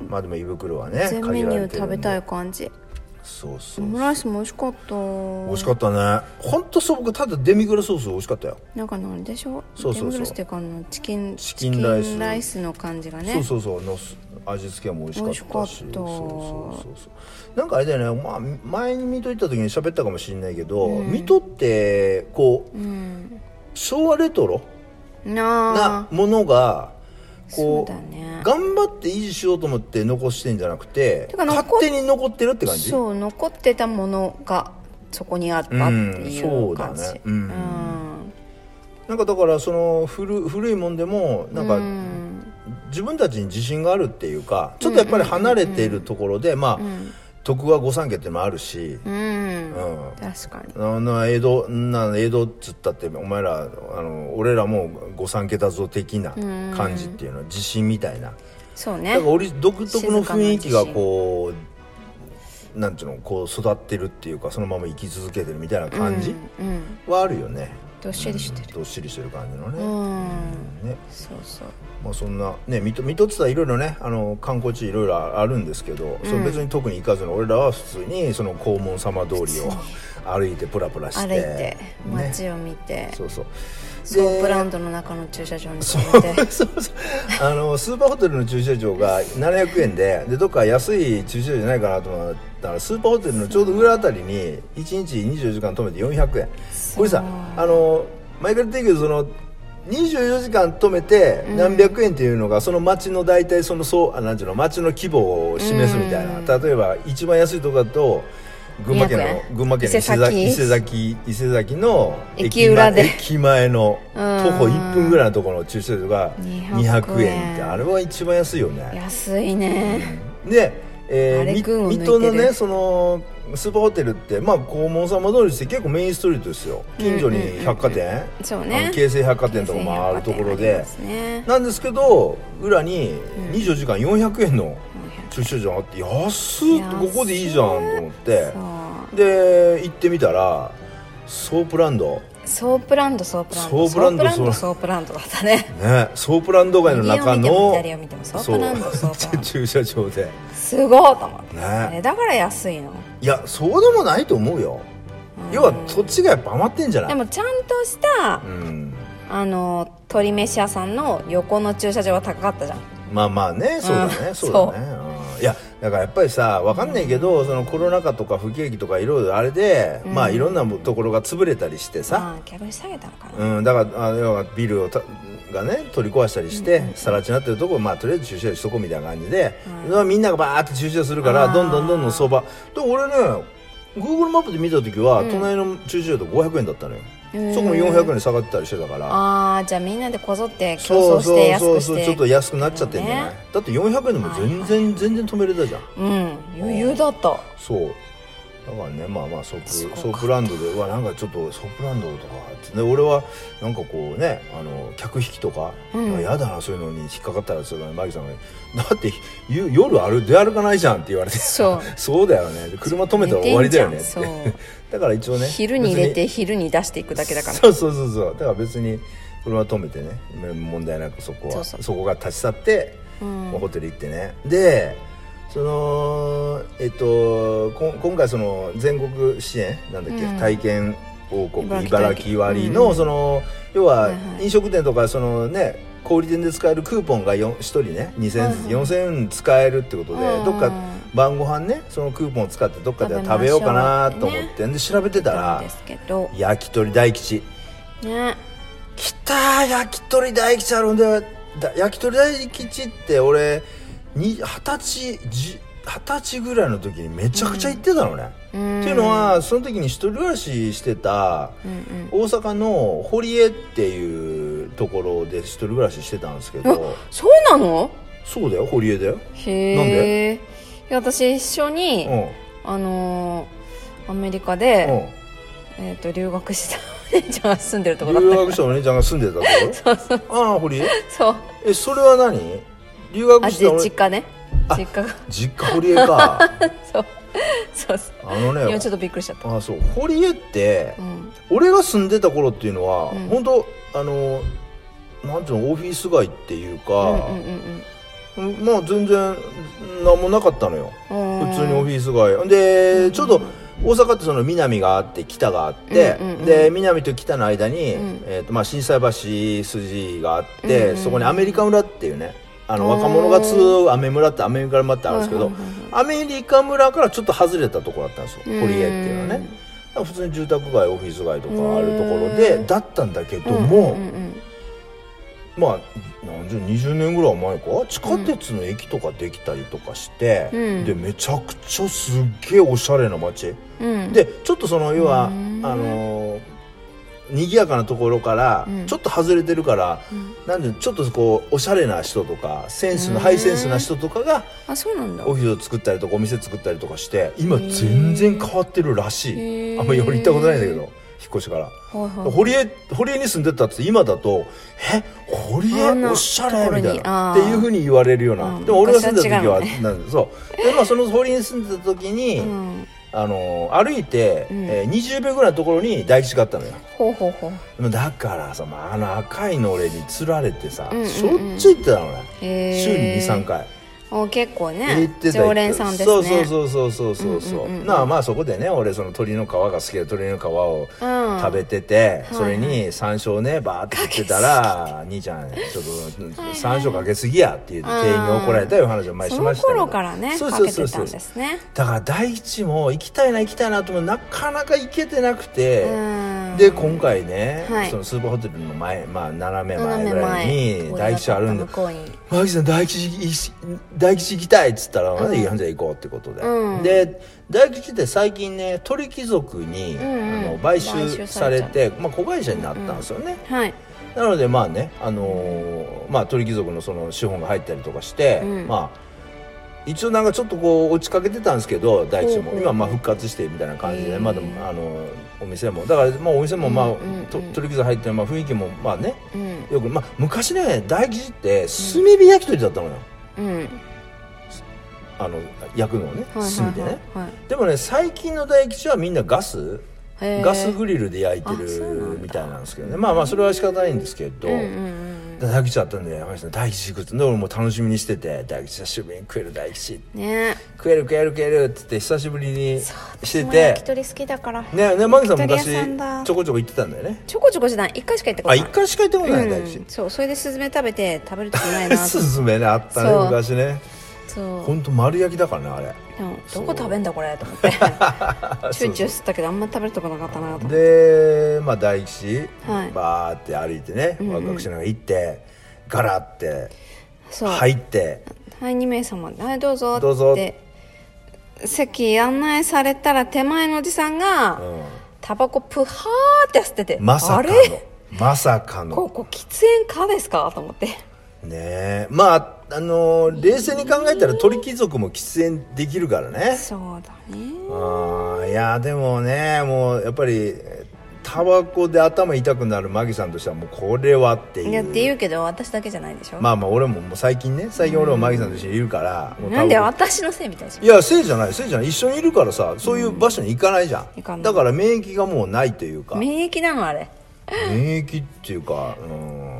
Speaker 2: うんまあでも胃袋は
Speaker 1: う
Speaker 2: ね
Speaker 1: 全メ
Speaker 2: 限ら
Speaker 1: ニ
Speaker 2: れ
Speaker 1: ュー
Speaker 2: てる
Speaker 1: 食
Speaker 2: んで
Speaker 1: べたい感じ
Speaker 2: そうそ
Speaker 1: オ
Speaker 2: う
Speaker 1: ムライスも美味しかった
Speaker 2: 美味しかったね本当そう僕ただデミグラスソース美味しかったよ、
Speaker 1: なんかのあれでしょ
Speaker 2: そうそう
Speaker 1: デ
Speaker 2: そう
Speaker 1: ミグラスっていうかあのチキン
Speaker 2: チキンライ
Speaker 1: チ
Speaker 2: ス
Speaker 1: キンの感じがね
Speaker 2: そうそうそうのす味付けも美味しかったし
Speaker 1: 美味しかった
Speaker 2: そうそうそうそうなんかあれだよね、まあ、前に水戸行った時に喋ったかもしれないけど、水戸ってこう
Speaker 1: うん
Speaker 2: 昭和レトロ
Speaker 1: な
Speaker 2: な
Speaker 1: あ
Speaker 2: ものが
Speaker 1: そう
Speaker 2: こ
Speaker 1: だね
Speaker 2: 頑張って維持しようと思って残してんじゃなくて
Speaker 1: てか残っ
Speaker 2: 勝手に残ってるって感じ
Speaker 1: そう残ってたものがそこにあったってい
Speaker 2: うんそううだ
Speaker 1: 感
Speaker 2: ね
Speaker 1: じ
Speaker 2: うん
Speaker 1: うん
Speaker 2: なんかだからその古古いもんでもなんか、
Speaker 1: うん
Speaker 2: 自分たちに自信があるっていうかちょっとやっぱり離れているところで、まあ、徳川御三家ってのもあるし、
Speaker 1: うん
Speaker 2: うん
Speaker 1: 確かに
Speaker 2: あの江戸な江戸っつったってお前らあの俺らも御三家だぞ的な感じっていうの自信みたいな
Speaker 1: そう
Speaker 2: だ
Speaker 1: ね
Speaker 2: から俺独特の雰囲気
Speaker 1: 静かな
Speaker 2: が
Speaker 1: 自信
Speaker 2: こうなんていうのこう育ってるっていうかそのまま生き続けてるみたいな感じ
Speaker 1: うんうん
Speaker 2: はあるよね、
Speaker 1: どっしりしてる
Speaker 2: どっしりしてる感じの
Speaker 1: う
Speaker 2: ね,、
Speaker 1: ん
Speaker 2: ね
Speaker 1: そうそう
Speaker 2: まあ、そんな、ね、水戸水戸って言ったらいろいろねあの観光地いろいろあるんですけど、それ別に特に行かずに俺らは普通にその黄門様通りを歩いてプラプラして
Speaker 1: 歩いて
Speaker 2: ね、
Speaker 1: 街を見て
Speaker 2: そうそう
Speaker 1: ソープ
Speaker 2: で
Speaker 1: ランドの中の駐車場に止めて
Speaker 2: そうそうあのスーパーホテルの駐車場が700円ででどっか安い駐車場じゃないかなと思ったらスーパーホテルのちょうど裏あたりに1日24時間止めて400円これさあの毎回出てるけどその24時間止めて何百円っていうのが、その町の大体そのそうあなんていうの町の規模を示すみたいな、例えば一番安いとこだと群馬県
Speaker 1: 200
Speaker 2: の
Speaker 1: 円
Speaker 2: 群馬県の伊勢崎伊勢崎伊勢崎の
Speaker 1: 駅裏で
Speaker 2: 前駅前の
Speaker 1: うん
Speaker 2: 徒歩1分ぐらいのところの駐車場が200
Speaker 1: 200
Speaker 2: 円ってあれは一番安いよね
Speaker 1: 安いね
Speaker 2: で、え
Speaker 1: あれ
Speaker 2: ー、み
Speaker 1: 群を抜いて
Speaker 2: 水
Speaker 1: る
Speaker 2: 戸のねそのスーパーホテルってまあ黄門様通りして結構メインストリートですよ近所
Speaker 1: うんうんうんう
Speaker 2: に
Speaker 1: ん
Speaker 2: 百貨店、
Speaker 1: そう
Speaker 2: あ
Speaker 1: ね
Speaker 2: の京成百貨店とかもあるところで
Speaker 1: ね
Speaker 2: なんですけど裏に24時間400円の駐車場があって安っ
Speaker 1: 安い
Speaker 2: ここでいいじゃんと思って
Speaker 1: そう
Speaker 2: で行ってみたらソープランド
Speaker 1: ソープランドソープランド
Speaker 2: ソープランド
Speaker 1: ソープランドソープランドだったね
Speaker 2: ねソープランド街の中
Speaker 1: 右を見ても
Speaker 2: の
Speaker 1: 左を見てもソープランド
Speaker 2: そう
Speaker 1: ソープランド
Speaker 2: 駐車場です
Speaker 1: ごいと思って
Speaker 2: ね
Speaker 1: あれだから安いの
Speaker 2: いやそうでもないと思うよ要は土地がやっぱ余ってんじゃな
Speaker 1: で
Speaker 2: い
Speaker 1: もちゃんとした
Speaker 2: うん
Speaker 1: あの鶏飯屋さんの横の駐車場は高かったじゃん
Speaker 2: まあまあねそうだね、
Speaker 1: うん
Speaker 2: そうだねうんいやだからやっぱりさわかんないけど、そのコロナ禍とか不景気とかいろいろあれで、まあいろんなところが潰れたりしてさ、
Speaker 1: ああ逆に下げたのかな
Speaker 2: うん、だからあ要はビルをたがね取り壊したりして、さら地になってるとこまあとりあえず駐車場しとこうみたいな感じで、みんながバーって駐車するから
Speaker 1: あー
Speaker 2: どんどんどんどん相場で俺ね Google マップで見た時は、隣の駐車場と500円だったのよ、そこも400円に下がってたりしてたから
Speaker 1: ああじゃあみんなでこぞって競
Speaker 2: そう
Speaker 1: 争して
Speaker 2: そう
Speaker 1: 安
Speaker 2: そ
Speaker 1: く
Speaker 2: う
Speaker 1: し
Speaker 2: そう
Speaker 1: て
Speaker 2: ちょっと安くなっちゃってんじゃない、
Speaker 1: ね
Speaker 2: だって400円でも全然、全然止めれたじゃん
Speaker 1: うん余裕だった
Speaker 2: そうだからねまあまあソープ
Speaker 1: すごかった
Speaker 2: ソープランドでうわなんかちょっとソープランドとかってね俺はなんかこうねあの客引きとか、
Speaker 1: うん
Speaker 2: やだなそういうのに引っかかったらそれマギさんが「だってゆ夜ある出歩かないじゃん」って言われて
Speaker 1: そう
Speaker 2: そうだよね車止めたら終わりだよねって
Speaker 1: 寝てんじゃんそう
Speaker 2: だから一応ね
Speaker 1: 昼に入れ
Speaker 2: 別
Speaker 1: て昼に出していくだけだから
Speaker 2: そうそうそうそうだから別に車止めてね問題なくそこ
Speaker 1: そ
Speaker 2: はそう
Speaker 1: そう
Speaker 2: こが立ち去って、
Speaker 1: うん
Speaker 2: ホテル行ってねでそのえっとこん今回その全国支援なんだっけ、
Speaker 1: うん
Speaker 2: 体験王国
Speaker 1: 茨城体験
Speaker 2: 茨城割の、
Speaker 1: うん
Speaker 2: その要
Speaker 1: は
Speaker 2: はい
Speaker 1: はい
Speaker 2: 飲食店とかそのね小売店で使えるクーポンがよん1人ね2000
Speaker 1: はい
Speaker 2: 円
Speaker 1: はい
Speaker 2: 4000円使えるってことで、
Speaker 1: うん
Speaker 2: どっか晩ご飯ねそのクーポンを使ってどっかで食べようかなと思って
Speaker 1: 食
Speaker 2: で調べてた
Speaker 1: なん
Speaker 2: ら
Speaker 1: ですけど
Speaker 2: 焼き鳥大吉
Speaker 1: ね
Speaker 2: 来たー焼き鳥大吉あるんだよだ焼き鳥大吉って俺に二十歳じ二十歳ぐらいの時にめちゃくちゃ行ってたのね、っていうのはその時に一人暮らししてた大阪の堀江っていうところで一人暮らししてたんですけど
Speaker 1: そうなの
Speaker 2: そうだよ堀江だよ
Speaker 1: へえ
Speaker 2: なん
Speaker 1: いや私一緒に、
Speaker 2: うん
Speaker 1: あのーアメリカで、
Speaker 2: うん
Speaker 1: えー、と留学したお姉ちゃんが住んでるとこだっ
Speaker 2: 留学したお姉ちゃんが住んでたところああ堀江
Speaker 1: たそう
Speaker 2: えそれは何留学
Speaker 1: あ
Speaker 2: した
Speaker 1: で
Speaker 2: お姉
Speaker 1: 実家ね実家が
Speaker 2: 実家堀江か
Speaker 1: そうそうそう
Speaker 2: あのね
Speaker 1: 今ちょっとびっくりしちゃった
Speaker 2: ああそう堀江って
Speaker 1: うん
Speaker 2: 俺が住んでた頃っていうのは、
Speaker 1: うん
Speaker 2: 本当あのなんていうのオフィス街っていう
Speaker 1: うん
Speaker 2: か、
Speaker 1: うんうん
Speaker 2: まあ全然何もなかったのよ
Speaker 1: うん
Speaker 2: 普通にオフィス街で、ちょうど大阪ってその南があって北があって、
Speaker 1: うんうんうん
Speaker 2: で南と北の間に、
Speaker 1: うん
Speaker 2: えーとまあ、震災橋筋があって、
Speaker 1: うんうん
Speaker 2: そこにアメリカ村っていうねあの
Speaker 1: おー
Speaker 2: 若者が集うアメ村ってアメリカ村ってあるんですけど、
Speaker 1: はいはいはいはい
Speaker 2: アメリカ村からちょっと外れたところだったんですよ堀江っていうのはね
Speaker 1: うん
Speaker 2: だから普通に住宅街オフィス街とかあるところで、
Speaker 1: うん
Speaker 2: だったんだけども、
Speaker 1: うんうんうん
Speaker 2: まあ何十20年ぐらい前か地下鉄の駅とかできたりとかして、
Speaker 1: うん
Speaker 2: でめちゃくちゃすっげえおしゃれな街、
Speaker 1: うんうん
Speaker 2: でちょっとその要は、
Speaker 1: うん
Speaker 2: あのー賑やかなところから、
Speaker 1: うん
Speaker 2: ちょっと外れてるから、
Speaker 1: うん
Speaker 2: なんでちょっとこうおしゃれな人とかセンスの、ハイセンスな人とかが
Speaker 1: あそうなんだ
Speaker 2: オフィスを作ったりとかお店作ったりとかして今全然変わってるらし
Speaker 1: へ
Speaker 2: い
Speaker 1: ー
Speaker 2: あんまり俺行ったことないんだけど引っ越してから。
Speaker 1: はいはい
Speaker 2: 堀江堀江に住んでたって今だと「え堀
Speaker 1: あん
Speaker 2: 江
Speaker 1: な
Speaker 2: おしゃれ」
Speaker 1: とこ
Speaker 2: みた
Speaker 1: ろに
Speaker 2: い
Speaker 1: あ
Speaker 2: な
Speaker 1: ー
Speaker 2: っていうふうに言われるような、
Speaker 1: うん
Speaker 2: でも俺が住んでた時
Speaker 1: 昔は違う
Speaker 2: は
Speaker 1: のね
Speaker 2: なんでそうで、まあ、その堀江に住んでた時に、
Speaker 1: うん
Speaker 2: あの歩いて、
Speaker 1: うん
Speaker 2: えー20秒ぐらいのところに大吉があったのよ
Speaker 1: ほうほうほう
Speaker 2: でもだからさ、まあ、あの赤いの俺につられてさ、
Speaker 1: うんうんうん
Speaker 2: しょっちゅう行ってたのね
Speaker 1: へえ
Speaker 2: 週に23回
Speaker 1: お結構
Speaker 2: 行
Speaker 1: ね
Speaker 2: ってた
Speaker 1: 常連さんですね
Speaker 2: そうそうそうそうそうそうそ
Speaker 1: うんう
Speaker 2: う,、
Speaker 1: んうんうん
Speaker 2: なあまあそこでね俺その鳥の皮が好きで鳥の皮を
Speaker 1: うん
Speaker 2: 食べてて、
Speaker 1: うん
Speaker 2: それに山椒ねバーって切ってたら「兄ちゃんちょっと山椒かけすぎや」って言って店員に怒られたいう話を前にし
Speaker 1: そ
Speaker 2: ま
Speaker 1: の
Speaker 2: したけど
Speaker 1: 頃からね
Speaker 2: そう
Speaker 1: か
Speaker 2: そう
Speaker 1: け
Speaker 2: そう
Speaker 1: てた
Speaker 2: そうん
Speaker 1: ですね
Speaker 2: だから第一も行きたいな行きたいなと思ってなかなか行けてなくて、
Speaker 1: うん
Speaker 2: で今回ね、
Speaker 1: はい
Speaker 2: そのスーパーホテルの前、まあ、斜め前
Speaker 1: 斜
Speaker 2: ぐ
Speaker 1: め
Speaker 2: らい
Speaker 1: 前
Speaker 2: に大吉あるんで
Speaker 1: 向こうに
Speaker 2: 「マキさん大吉行き大吉行きたい」っつったら「まだいいじゃあ行こう」ってことで、
Speaker 1: うん
Speaker 2: で大吉って最近ね鳥貴族に、
Speaker 1: んうん
Speaker 2: あの
Speaker 1: 買
Speaker 2: 買収
Speaker 1: 収
Speaker 2: さ
Speaker 1: さ
Speaker 2: れ
Speaker 1: れ
Speaker 2: て、まあ、子会社になったんですよね、
Speaker 1: はい
Speaker 2: なのでまあね、あのーまあ、鳥貴族のその資本が入ったりとかして、
Speaker 1: うん
Speaker 2: まあ一応なんかちょっとこう落ちかけてたんですけど大地
Speaker 1: ほ
Speaker 2: も
Speaker 1: うほう
Speaker 2: 今まあ復活してみたいな感じ
Speaker 1: へ
Speaker 2: で、
Speaker 1: ー
Speaker 2: まあでもあのーお店もだからまあお店もまあ、
Speaker 1: うんうんうん
Speaker 2: と鳥貴族入ってまあ雰囲気もまあね
Speaker 1: うん
Speaker 2: よくまあ昔ね大吉って炭火焼き鳥だったのよ、
Speaker 1: うん
Speaker 2: あの焼くのをね
Speaker 1: はい
Speaker 2: 炭でね、
Speaker 1: はいはい
Speaker 2: でもね最近の大吉はみんなガス
Speaker 1: へー
Speaker 2: ガスグリルで焼いて
Speaker 1: あそうなん
Speaker 2: る
Speaker 1: だ
Speaker 2: みたいなんですけどねまあまあそれは仕方ないんですけど、
Speaker 1: うんうんうん
Speaker 2: で大吉だったんで山下さん大吉行くってで俺も楽しみにしてて大吉久しぶりに食える大吉
Speaker 1: ね
Speaker 2: 食える食える食えるって言って久しぶりにして
Speaker 1: 私も焼
Speaker 2: て
Speaker 1: き鳥好きだから
Speaker 2: ねねマギさんも
Speaker 1: 焼き
Speaker 2: 昔
Speaker 1: 鳥屋さんだ
Speaker 2: ちょこちょこ行ってたんだよね
Speaker 1: ちょこちょこじゃない一回しか行ったこ
Speaker 2: あ
Speaker 1: とない
Speaker 2: 一回しか行ったことない大
Speaker 1: う
Speaker 2: 吉
Speaker 1: ん、そうそれでスズメ食べて食べるときない なと
Speaker 2: すずめねあったね
Speaker 1: そう
Speaker 2: 昔ね
Speaker 1: そう
Speaker 2: ほんと丸焼きだからねあれ
Speaker 1: でもどこ食べんだこれと思って チューチュー吸ったけどあんま食べるとこなかったなと思って
Speaker 2: で、まあ、大吉、
Speaker 1: はい
Speaker 2: バーって歩いてねワクワクしながら行って、ガラって
Speaker 1: そう
Speaker 2: 入って
Speaker 1: はい2名様で「はいどうぞ」って
Speaker 2: どうぞ
Speaker 1: 席案内されたら手前のおじさんが、
Speaker 2: ん
Speaker 1: タバコプハーって捨てて
Speaker 2: まさ
Speaker 1: あ
Speaker 2: か
Speaker 1: れ
Speaker 2: のまさかの
Speaker 1: ここ喫煙かですかと思って
Speaker 2: ねえまああのー冷静に考えたら鳥貴族も喫煙できるからね
Speaker 1: そうだね
Speaker 2: あいやでもねもうやっぱりタバコで頭痛くなるマギさんとしてはもうこれはっていう
Speaker 1: いやって言うけど私だけじゃないでしょ、
Speaker 2: まあまあ俺ももう最近ね最近俺もマギさんと一緒にいるから、もうタバ
Speaker 1: な
Speaker 2: コ
Speaker 1: んで私のせいみたいでしょ
Speaker 2: いやせいじゃないせいじゃない一緒にいるからさそういう場所に行かないじゃ
Speaker 1: 行か
Speaker 2: ん、
Speaker 1: ない
Speaker 2: だから免疫がもうないというか
Speaker 1: 免疫なのあれ
Speaker 2: 免疫っていうかうーん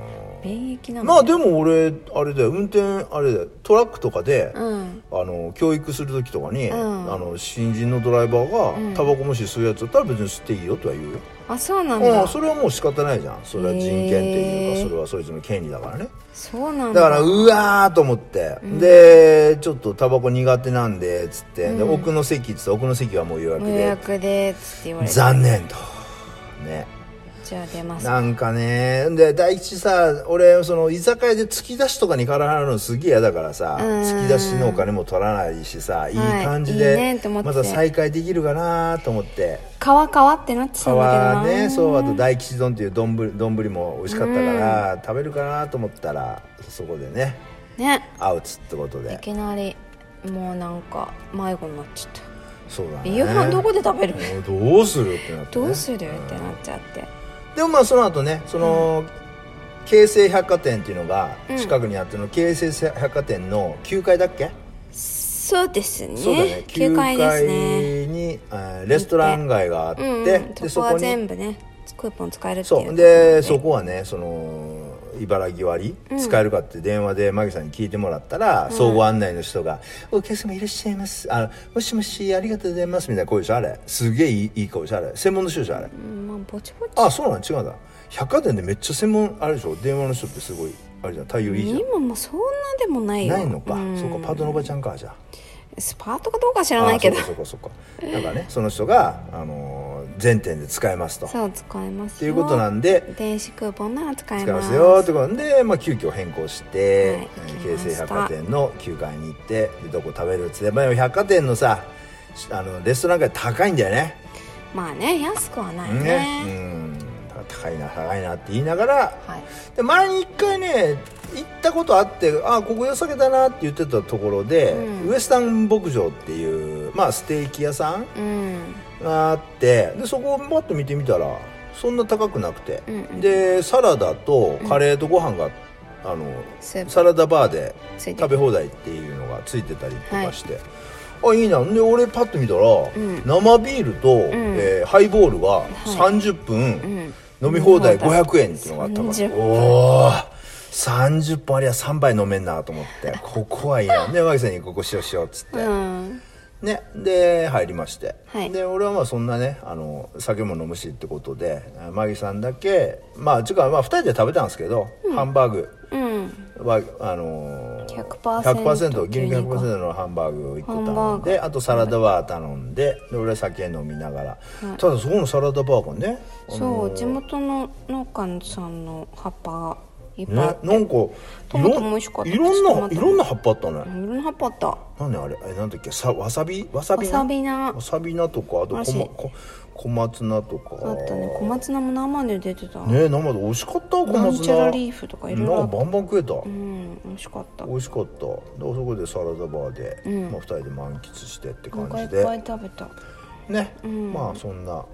Speaker 1: 免疫なの
Speaker 2: まあでも俺あれだよ運転あれだよトラックとかで、
Speaker 1: うん
Speaker 2: あの教育する時とかに、
Speaker 1: ん
Speaker 2: あの新人のドライバーが、タバコもし吸うやつだったら別に吸っていいよとは言うよ、
Speaker 1: あそうなん
Speaker 2: う
Speaker 1: だ
Speaker 2: ん、それはもう仕方ないじゃんそれは人権というか、
Speaker 1: へー
Speaker 2: それはそいつの権利だからね
Speaker 1: そうなん
Speaker 2: だ
Speaker 1: だ
Speaker 2: からうわーと思って、でちょっとタバコ苦手なんでつって、で奥の席っつって奥の席はもう予約
Speaker 1: 予
Speaker 2: で
Speaker 1: 約でっつって言われて
Speaker 2: 残念とね
Speaker 1: じゃあ出ます
Speaker 2: なんかねで第一さ俺その居酒屋で突き出しとかに金払うのすげえ嫌だからさ突き出しのお金も取らないしさいい感じ
Speaker 1: いいね
Speaker 2: で
Speaker 1: と思って
Speaker 2: また再開できるかなと思って
Speaker 1: 川川ってなってたんだ
Speaker 2: 川
Speaker 1: けどな
Speaker 2: ねそうあと大吉丼っていう丼ぶり丼ぶりも美味しかったから食べるかなと思ったらそこでね
Speaker 1: ね
Speaker 2: アウツってこと
Speaker 1: い
Speaker 2: で
Speaker 1: きなりもうなんか迷子になっちゃった
Speaker 2: そうだね
Speaker 1: 夕飯どこで食べる
Speaker 2: もうどうするってなって、ね、
Speaker 1: どうするってなっちゃって
Speaker 2: でもまあその後ねその、京成百貨店っていうのが近くにあっての、京成百貨店の9階だっけ、
Speaker 1: そうですね
Speaker 2: そうだね
Speaker 1: 9階ですね
Speaker 2: に、えーレストラン街があって、
Speaker 1: うんうん
Speaker 2: で
Speaker 1: そ
Speaker 2: そ
Speaker 1: こは
Speaker 2: こに
Speaker 1: 全部ねクーポン使えるっていう
Speaker 2: そうでそこはねその茨城割り使えるかって電話でマギさんに聞いてもらったら、総合案内の人が「お客様いらっしゃいますあのもしもしありがとうございます」みたいな声でしょあれすげえいいいい声でしょあれ専門の人でしょあれ、
Speaker 1: うんまあぼちぼち
Speaker 2: あそうなん違うんだ百貨店でめっちゃ専門あれでしょ電話の人ってすごいあれじゃん対応いいじゃん
Speaker 1: 今もそんなでもないよ
Speaker 2: ないのか、
Speaker 1: うん
Speaker 2: そうかパートのおばちゃんかじゃあ
Speaker 1: スパートかどうか知らないけど
Speaker 2: あそうかそうかそうかなんかねその人が、あのー全店で使えますとっ
Speaker 1: そう使えますよ
Speaker 2: ていうことなんで
Speaker 1: 電子クーポンなら使え
Speaker 2: 使
Speaker 1: ま
Speaker 2: いますすよってことなんで、まあ、急遽変更して、
Speaker 1: はい
Speaker 2: えー
Speaker 1: 行き
Speaker 2: 京
Speaker 1: ました
Speaker 2: 成百貨店の9階に行ってでどこ食べるっつって、まあ、百貨店のさあのレストラン街高いんだよね
Speaker 1: まあね安くはないね
Speaker 2: ねうん高いな高いなって言いながら
Speaker 1: はい
Speaker 2: で前に一回ね行ったことあってあここ良さげだなって言ってたところで、
Speaker 1: うん
Speaker 2: ウエスタン牧場っていう、まあ、ステーキ屋さん
Speaker 1: うん
Speaker 2: があってでそこをパッと見てみたらそんな高くなくて、
Speaker 1: うんうん
Speaker 2: でサラダとカレーとご飯が、あの
Speaker 1: スープ
Speaker 2: サラダバーで
Speaker 1: ついてる
Speaker 2: 食べ放題っていうのがついてたりとかして、あいいなで俺パッと見たら、
Speaker 1: ん
Speaker 2: 生ビールと、えーハイボールが30分、
Speaker 1: うん
Speaker 2: 飲み放題
Speaker 1: 飲み放題
Speaker 2: 500円っていうのがあった
Speaker 1: 30
Speaker 2: から
Speaker 1: 分
Speaker 2: おお30分ありゃ3杯飲めんなと思ってここはいいなでマギさんに「ここしようしよう」っつって、
Speaker 1: うん
Speaker 2: ねで入りまして、
Speaker 1: はい
Speaker 2: で俺はまあそんなねあの酒も飲むしってことでマギさんだけまあちゅうかまあ2人で食べたんですけど、ハンバーグ
Speaker 1: うん
Speaker 2: はあのー、
Speaker 1: 100%
Speaker 2: 100%牛肉100%のハンバーグを1個
Speaker 1: ハ
Speaker 2: 頼
Speaker 1: ン
Speaker 2: ん
Speaker 1: バー
Speaker 2: であとサラダバー頼んでで俺は酒飲みながら、ただそこのサラダバーがねあの
Speaker 1: そう地元の農家さんの葉っぱがいっぱい
Speaker 2: ね、な
Speaker 1: あ
Speaker 2: ん
Speaker 1: っ
Speaker 2: か
Speaker 1: て、
Speaker 2: い
Speaker 1: トマトも美
Speaker 2: ろん
Speaker 1: 味しかった
Speaker 2: いろんない
Speaker 1: ちょっと待って
Speaker 2: ろんな葉っぱあったね、
Speaker 1: いろんな葉っぱあった
Speaker 2: なんであれえなんだっけさわさびわさび
Speaker 1: わさび菜
Speaker 2: わさび菜とかあと
Speaker 1: マ
Speaker 2: こ、
Speaker 1: ジ
Speaker 2: ま、こ小松菜とか
Speaker 1: あったね小松菜も生で出てた、
Speaker 2: ね生で美味しかった小松菜
Speaker 1: なんちゃらリーフとかいろいろあ
Speaker 2: な
Speaker 1: っ
Speaker 2: ん
Speaker 1: た
Speaker 2: かバンバン食えた、
Speaker 1: うん美味しかった
Speaker 2: 美味しかったでそこでサラダバーで、
Speaker 1: うん
Speaker 2: まあ、2人で満喫してって
Speaker 1: お
Speaker 2: 感
Speaker 1: 腹い
Speaker 2: じ
Speaker 1: っ
Speaker 2: で
Speaker 1: ぱい食べた
Speaker 2: ね、
Speaker 1: ん
Speaker 2: まあそんな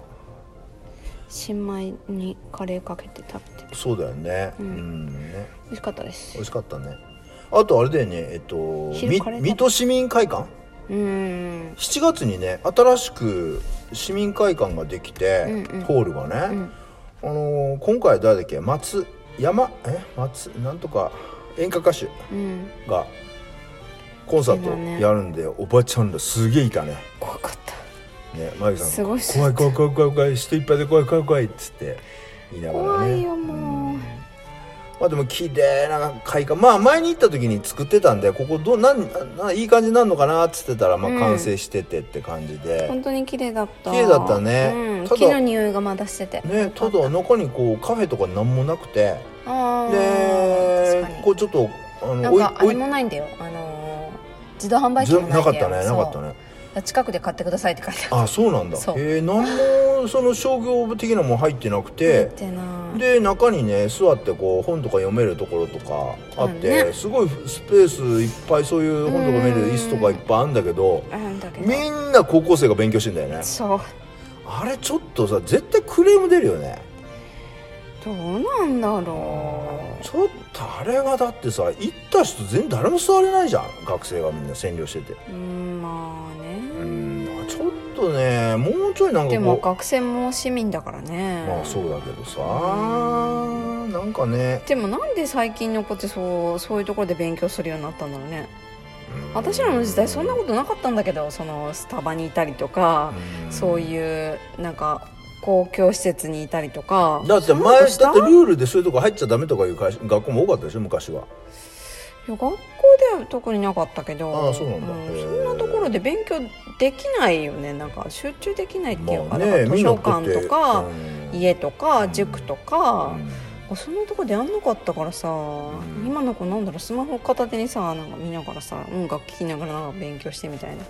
Speaker 1: 新米にカレーかけて食べて
Speaker 2: そうだよねうん、ね
Speaker 1: 美味しかったです
Speaker 2: 美味しかったねあとあれだよねえっと
Speaker 1: 昼
Speaker 2: み
Speaker 1: カレー食べ
Speaker 2: 水戸市民会館
Speaker 1: うん
Speaker 2: 7月にね新しく市民会館ができて、
Speaker 1: うんうん
Speaker 2: ホールがね、あのー今回誰だっけ松山え松なんとか演歌歌手
Speaker 1: うん
Speaker 2: がコンサー
Speaker 1: そうだね
Speaker 2: トやるんで、おばちゃんらすげえいたね
Speaker 1: 怖かった
Speaker 2: ねマギさん
Speaker 1: すごい
Speaker 2: 怖い怖い怖い怖い怖い人いっぱいで怖い怖い怖いっつって言いながらね
Speaker 1: 怖いよもう
Speaker 2: まあでも綺麗な開花まあ前に行った時に作ってたんでここどうなんないい感じになるのかなっつってたらまあ
Speaker 1: うん
Speaker 2: 完成しててって感じで、
Speaker 1: 本当に綺麗だった
Speaker 2: 綺麗だったね
Speaker 1: うん、
Speaker 2: ただ
Speaker 1: 木の匂いがまだしてて
Speaker 2: ねただ中にこうカフェとか何もなくて
Speaker 1: あー
Speaker 2: で
Speaker 1: 確
Speaker 2: こうちょっとあ
Speaker 1: か
Speaker 2: の
Speaker 1: に
Speaker 2: おい
Speaker 1: なんかあ
Speaker 2: お
Speaker 1: れ
Speaker 2: い
Speaker 1: もないんだよあのー自動販売機
Speaker 2: ず
Speaker 1: もないんだ
Speaker 2: な
Speaker 1: よ
Speaker 2: かったねなかった
Speaker 1: そう
Speaker 2: ね
Speaker 1: 近くで買ってくださいって書いてあっ
Speaker 2: あそうなんだ
Speaker 1: そう
Speaker 2: えー、何もその商業的なもん入ってなく
Speaker 1: た
Speaker 2: て
Speaker 1: 見てない
Speaker 2: で中にね座ってこう本とか読めるところとかあって、
Speaker 1: うんね
Speaker 2: すごいスペースいっぱいそういう本とか見れる椅子とかいっぱいあるんだけど
Speaker 1: あなんだけど
Speaker 2: みんな高校生が勉強してんだよね
Speaker 1: そう
Speaker 2: あれちょっとさ絶対クレーム出るよね
Speaker 1: どうなんだろ
Speaker 2: ちょっとあれはだってさ行った人全然誰も座れないじゃん学生がみんな占領してて
Speaker 1: ううんまあ
Speaker 2: う
Speaker 1: ね
Speaker 2: んちょっとねもうちょいなん
Speaker 1: で
Speaker 2: か
Speaker 1: も
Speaker 2: こ
Speaker 1: 学生も市民だからね
Speaker 2: うまあそうだけどさなんかね
Speaker 1: でもなんで最近の子ってそうそういうところで勉強するようになったんだろうね私らの時代そんなことなかったんだけどそのスタバにいたりとかそういうなんか公共施設にいたりとか
Speaker 2: だって
Speaker 1: そんなこ
Speaker 2: 前
Speaker 1: と
Speaker 2: だって
Speaker 1: し
Speaker 2: ル
Speaker 1: た
Speaker 2: ールでそういうとこ入っちゃダメとかいう会社学校も多かったでしょ昔は
Speaker 1: や
Speaker 2: い
Speaker 1: 学校では特になかったけど
Speaker 2: ああそうなんだへえ
Speaker 1: そんなところで勉強できないよねなんか集中できないっていうか,、
Speaker 2: まあね
Speaker 1: なんか図
Speaker 2: みん
Speaker 1: 書
Speaker 2: なだって
Speaker 1: 館とか、
Speaker 2: うん
Speaker 1: 家とか塾とか、そんなとこでやんなかったからさ、今の子なんだろうスマホ片手にさなんか見ながらさ音楽聴きながらなんか勉強してみたいな、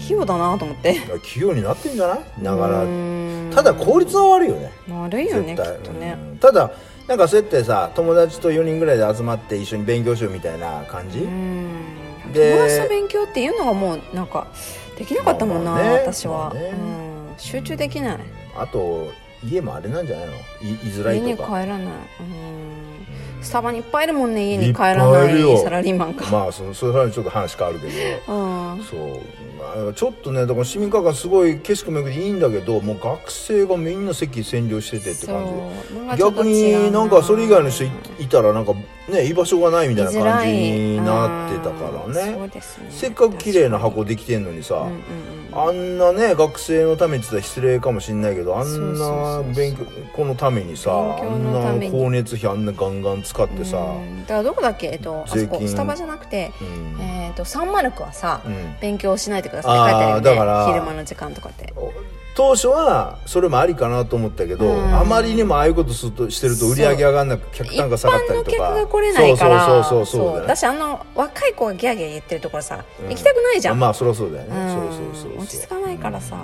Speaker 1: 器用だなと思って
Speaker 2: 器用になってんじゃないながらただ効率は悪いよね
Speaker 1: 悪いよねきっとね、
Speaker 2: ただなんかそうやってさ友達と4人ぐらいで集まって一緒に勉強しようみたいな感じ
Speaker 1: 友達と勉強っていうのがもうなんかできなかったもんな、ね、私は、ね、うん、集中できない
Speaker 2: あと家もあれなんじゃないのい居づらい
Speaker 1: 家に帰らないうんスタバにいっぱいいるもんね家に帰らないサラリーマンか
Speaker 2: まあそそれはちょっと話変わるけど、うん、そう、まあ、ちょっとねだから市民会館すごい景色もよくていいんだけどもう学生がみんな席占領しててって感じ逆になんかそれ以外の人いたらなんかね居場所がないみたいな感じになってたからね、ね、せっかく綺麗な箱できてんのにさ、うんうんあんなね学生のためって言ったら失礼かもしれないけどあんな勉強このためにさあんな光熱費あんなガンガン使ってさ
Speaker 1: だからどこだっけ、えっと、あそこスタバじゃなくて、うん、えー、とサンマルクはさ、うん、勉強しないでくださいって書いてあるよ、ね、だから昼間の時間とかって。
Speaker 2: 当初はそれもありかなと思ったけど、うん、あまりにもああいうことするとしてると売り上げ上がらなく客単価下がったりとか一
Speaker 1: 般の客が来れないからそうそうそうそうそうだ、ね、私あの若い子がギャーギャー言ってるところさ、うん、行きたくないじゃん
Speaker 2: まあそりゃそうだよね、うん、そうそうそうそう
Speaker 1: 落ち着かないからさ、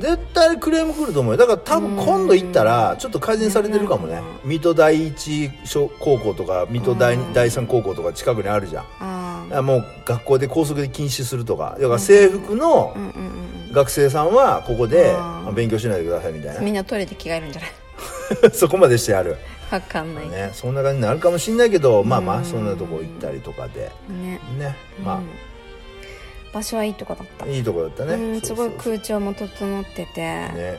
Speaker 2: 絶対クレーム来ると思うよだから多分今度行ったらちょっと改善されてるかもね、水戸第一小高校とか水戸第,、第三高校とか近くにあるじゃん、うん、もう学校で校則で禁止するとかだから制服の学生さんはここで勉強しないでくださいみたいな
Speaker 1: みんなトイレで着替えるんじゃない
Speaker 2: そこまでしてやる
Speaker 1: 分かんない、
Speaker 2: ね、そんな感じになるかもしれないけどまあまあそんなとこ行ったりとかで
Speaker 1: ね
Speaker 2: ねまあ、
Speaker 1: 場所はいいとこだった
Speaker 2: いいとこだったね
Speaker 1: すごい空調も整ってて、ね、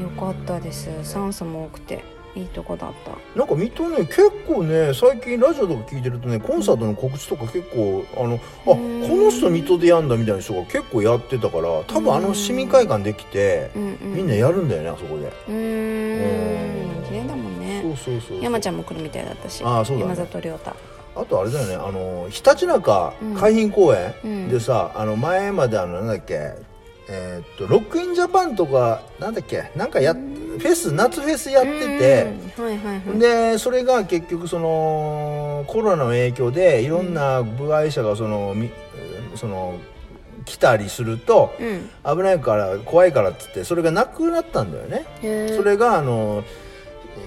Speaker 1: よかったです酸素も多くていいとこだった
Speaker 2: なんか水戸ね結構ね最近ラジオとか聞いてるとねコンサートの告知とか結構あのあこの人水戸でやんだみたいな人が結構やってたから多分あの市民会館できてみんなやるんだよねあそこで
Speaker 1: うん綺麗だもんね
Speaker 2: そうそうそう
Speaker 1: 山ちゃんも来るみたいだったし
Speaker 2: あそうだ、ね、
Speaker 1: 山里亮太
Speaker 2: あとあれだよねあのひたちなか海浜公園でさ、うんうん、あの前まであのなんだっけえー、っとロックインジャパンとかなんだっけなんかや、うん、フェス夏フェスやってて、はいはいはい、でそれが結局そのコロナの影響でいろんな部外者がその、その来たりすると、危ないから怖いからっつってそれがなくなったんだよね。それがあの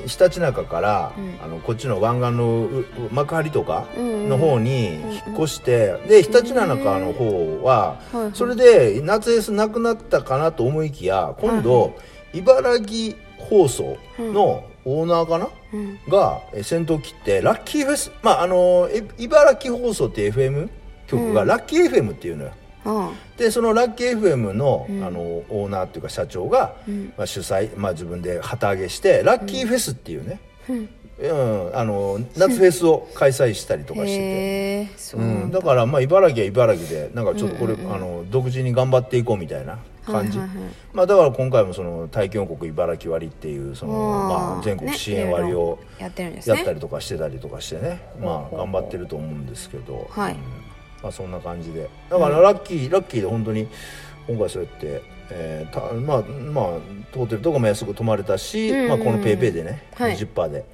Speaker 2: ひたちなかから、うん、あのこっちの湾岸の幕張とかの方に引っ越して、うんうん、でひたちなかの方は、うん、それで夏フェスなくなったかなと思いきや今度、茨城放送のオーナーかな、うん、が先頭切ってラッキーフェスまああの茨城放送って FM 局がラッキー FM っていうのよ。でそのラッキー FM の,、あのオーナーっていうか社長が、まあ、主催、まあ、自分で旗揚げしてラッキーフェスっていうね、うんあの夏フェスを開催したりとかしてて、うんだからまあ茨城は茨城でなんかちょっとこれ、あの独自に頑張っていこうみたいな感じ、まあ、だから今回もその体験王国茨城割っていうその、まあ、全国支援割をやったりとかしてたりとかしてねまあ、頑張ってると思うんですけど。
Speaker 1: はい
Speaker 2: まあ、そんな感じでだからラッキー、うん、ラッキーで本当に今回そうやって、えー、たまあまあホテルとかも安く泊まれたし、まあ、このペイペイでね、はい、20%で、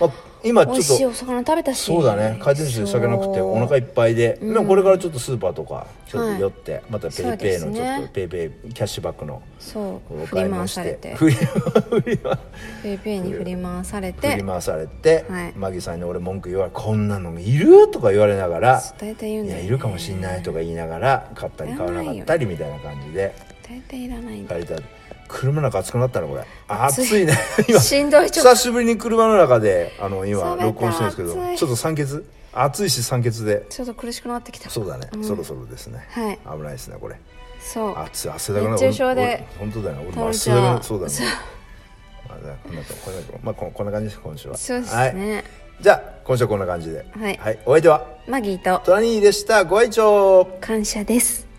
Speaker 2: まあ、今ちょっと
Speaker 1: 美味しいお魚食べたし
Speaker 2: そうだね回転寿司で酒なくてお腹いっぱいで、うん、これからちょっとスーパーとかちょっと寄って、はい、またペイペイのちょっと、ペイペイキャッシュバックの
Speaker 1: そう振り回されて
Speaker 2: 振り回
Speaker 1: ペイペイに振り回されて
Speaker 2: 振り回されて、はい、マギさんに俺文句言われこんなのいるとか言われながら
Speaker 1: 伝えて言うんだ、
Speaker 2: ね、いやいるかもしれないとか言いながら買ったり買わなかったりみたいな感じで
Speaker 1: 伝えていらないんだ
Speaker 2: 車の中暑くなったねこれ暑 いね今
Speaker 1: しんどい
Speaker 2: 久しぶりに車の中であの今録音してるんですけどちょっと酸欠暑いし酸欠で
Speaker 1: ちょっと苦しくなってきた
Speaker 2: そうだね、うん、そろそろですね、
Speaker 1: はい、
Speaker 2: 危ないですねこれ
Speaker 1: そう
Speaker 2: 暑い汗だくな
Speaker 1: 熱中症で
Speaker 2: 本当だよね俺も汗だくなそうだねまあこんなこんなまあここんな感じです今週は
Speaker 1: そうですね、はい、
Speaker 2: じゃあ今週はこんな感じで
Speaker 1: はい、
Speaker 2: はい、お相手は
Speaker 1: マギーと
Speaker 2: トラニーでしたご愛聴
Speaker 1: 感謝です